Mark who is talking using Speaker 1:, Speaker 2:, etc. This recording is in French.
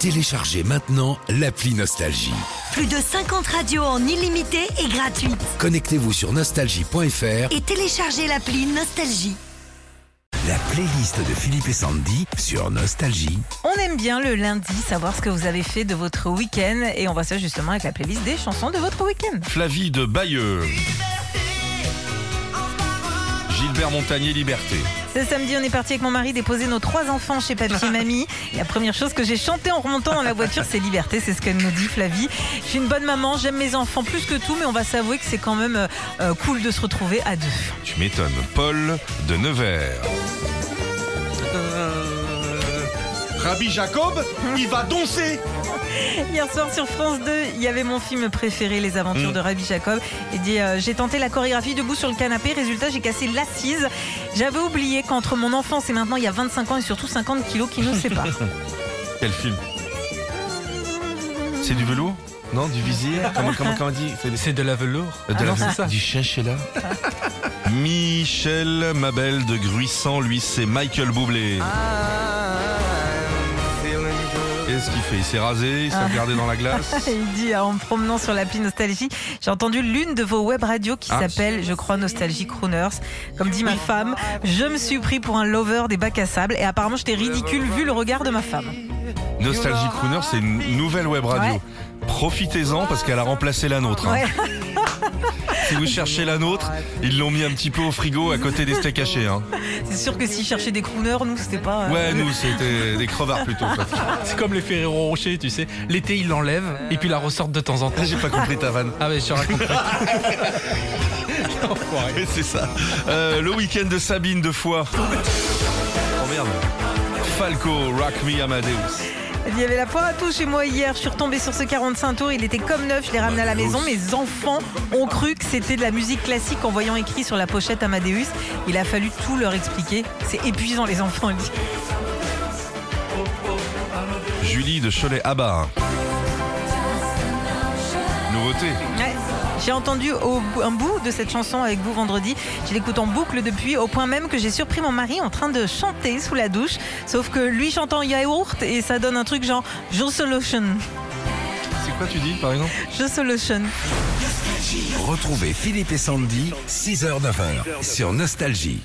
Speaker 1: Téléchargez maintenant l'appli Nostalgie.
Speaker 2: Plus de 50 radios en illimité et gratuite.
Speaker 1: Connectez-vous sur nostalgie.fr,
Speaker 2: Et téléchargez l'appli Nostalgie.
Speaker 1: la playlist de Philippe et Sandy sur Nostalgie.
Speaker 3: On aime bien le lundi savoir ce que vous avez fait de votre week-end et on voit ça justement avec la playlist des chansons de votre week-end.
Speaker 4: Flavie de Bayeux. Gilbert Montagnier, Liberté.
Speaker 3: Ce samedi, on est parti avec mon mari déposer nos trois enfants chez papy et mamie. La première chose que j'ai chantée en remontant dans la voiture, c'est liberté, c'est ce qu'elle nous dit Flavie. Je suis une bonne maman, j'aime mes enfants plus que tout, mais on va s'avouer que c'est quand même euh, euh, cool de se retrouver à deux.
Speaker 4: Tu m'étonnes. Paul de Nevers.
Speaker 5: Euh, Rabbi Jacob, il va danser
Speaker 3: Hier soir sur France 2, il y avait mon film préféré, Les
Speaker 4: Mm.
Speaker 3: Aventures de Rabbi Jacob. Il dit euh, J'ai tenté la chorégraphie debout sur le canapé, résultat, j'ai cassé l'assise. J'avais oublié qu'entre mon enfance et maintenant, il y a 25 ans et surtout 50 kilos qui nous séparent.
Speaker 4: Quel film C'est du velours Non, du visier Comment, comment, comment on dit C'est de la velours Ah De la velours. Du chinchilla Michel Mabel de Gruissant, lui, c'est Michael Boublé.
Speaker 3: Ah,
Speaker 4: Qu'est-ce qu'il fait Il s'est rasé, il s'est regardé dans la glace.
Speaker 3: Et Ah. il dit en me promenant sur l'appli Nostalgie, j'ai entendu l'une de vos web radios qui
Speaker 4: Ah.
Speaker 3: s'appelle, je crois, Nostalgie Crooners. Comme dit ma femme, je me suis pris pour un lover des bacs à sable et apparemment j'étais ridicule vu le regard de ma femme.
Speaker 4: Nostalgie Crooner, c'est une nouvelle web radio. Profitez-en parce qu'elle a remplacé la nôtre. hein.
Speaker 3: Ouais.
Speaker 4: Si vous cherchez la nôtre, ils l'ont mis un petit peu au frigo à côté des steaks hachés. hein.
Speaker 3: C'est sûr que si chercher des crooners, nous c'était pas. euh,
Speaker 4: Ouais, nous, c'était des crevards plutôt. en fait.
Speaker 6: C'est comme les Ferrero Rocher, tu sais. L'été, ils l'enlèvent et puis ils la ressortent de temps en temps.
Speaker 4: J'ai pas compris ta vanne.
Speaker 6: Ah ouais, je te raconte.
Speaker 4: Ouais, c'est ça. Euh, le week-end de Sabine de Foix. Oh merde. Falco, Rock Me Amadeus.
Speaker 3: Il y avait la poire à tout chez moi hier. Je suis retombée sur ce 45 tours. Il était comme neuf. Je l'ai ramené à la maison. Mes enfants ont cru que c'était de la musique classique en voyant écrit sur la pochette Amadeus. Il a fallu tout leur expliquer. C'est épuisant, les enfants. elle dit.
Speaker 4: Julie de Cholet Abar. Nouveauté.
Speaker 3: Ouais. J'ai entendu au, un bout de cette chanson avec vous vendredi. Je l'écoute en boucle depuis, au point même que j'ai surpris mon mari en train de chanter sous la douche. Sauf que lui chante en yaourt et ça donne un truc genre Jo Solution.
Speaker 4: C'est quoi tu dis par exemple
Speaker 3: Jo Solution.
Speaker 1: Retrouvez Philippe et Sandy, 6h-9h sur Nostalgie.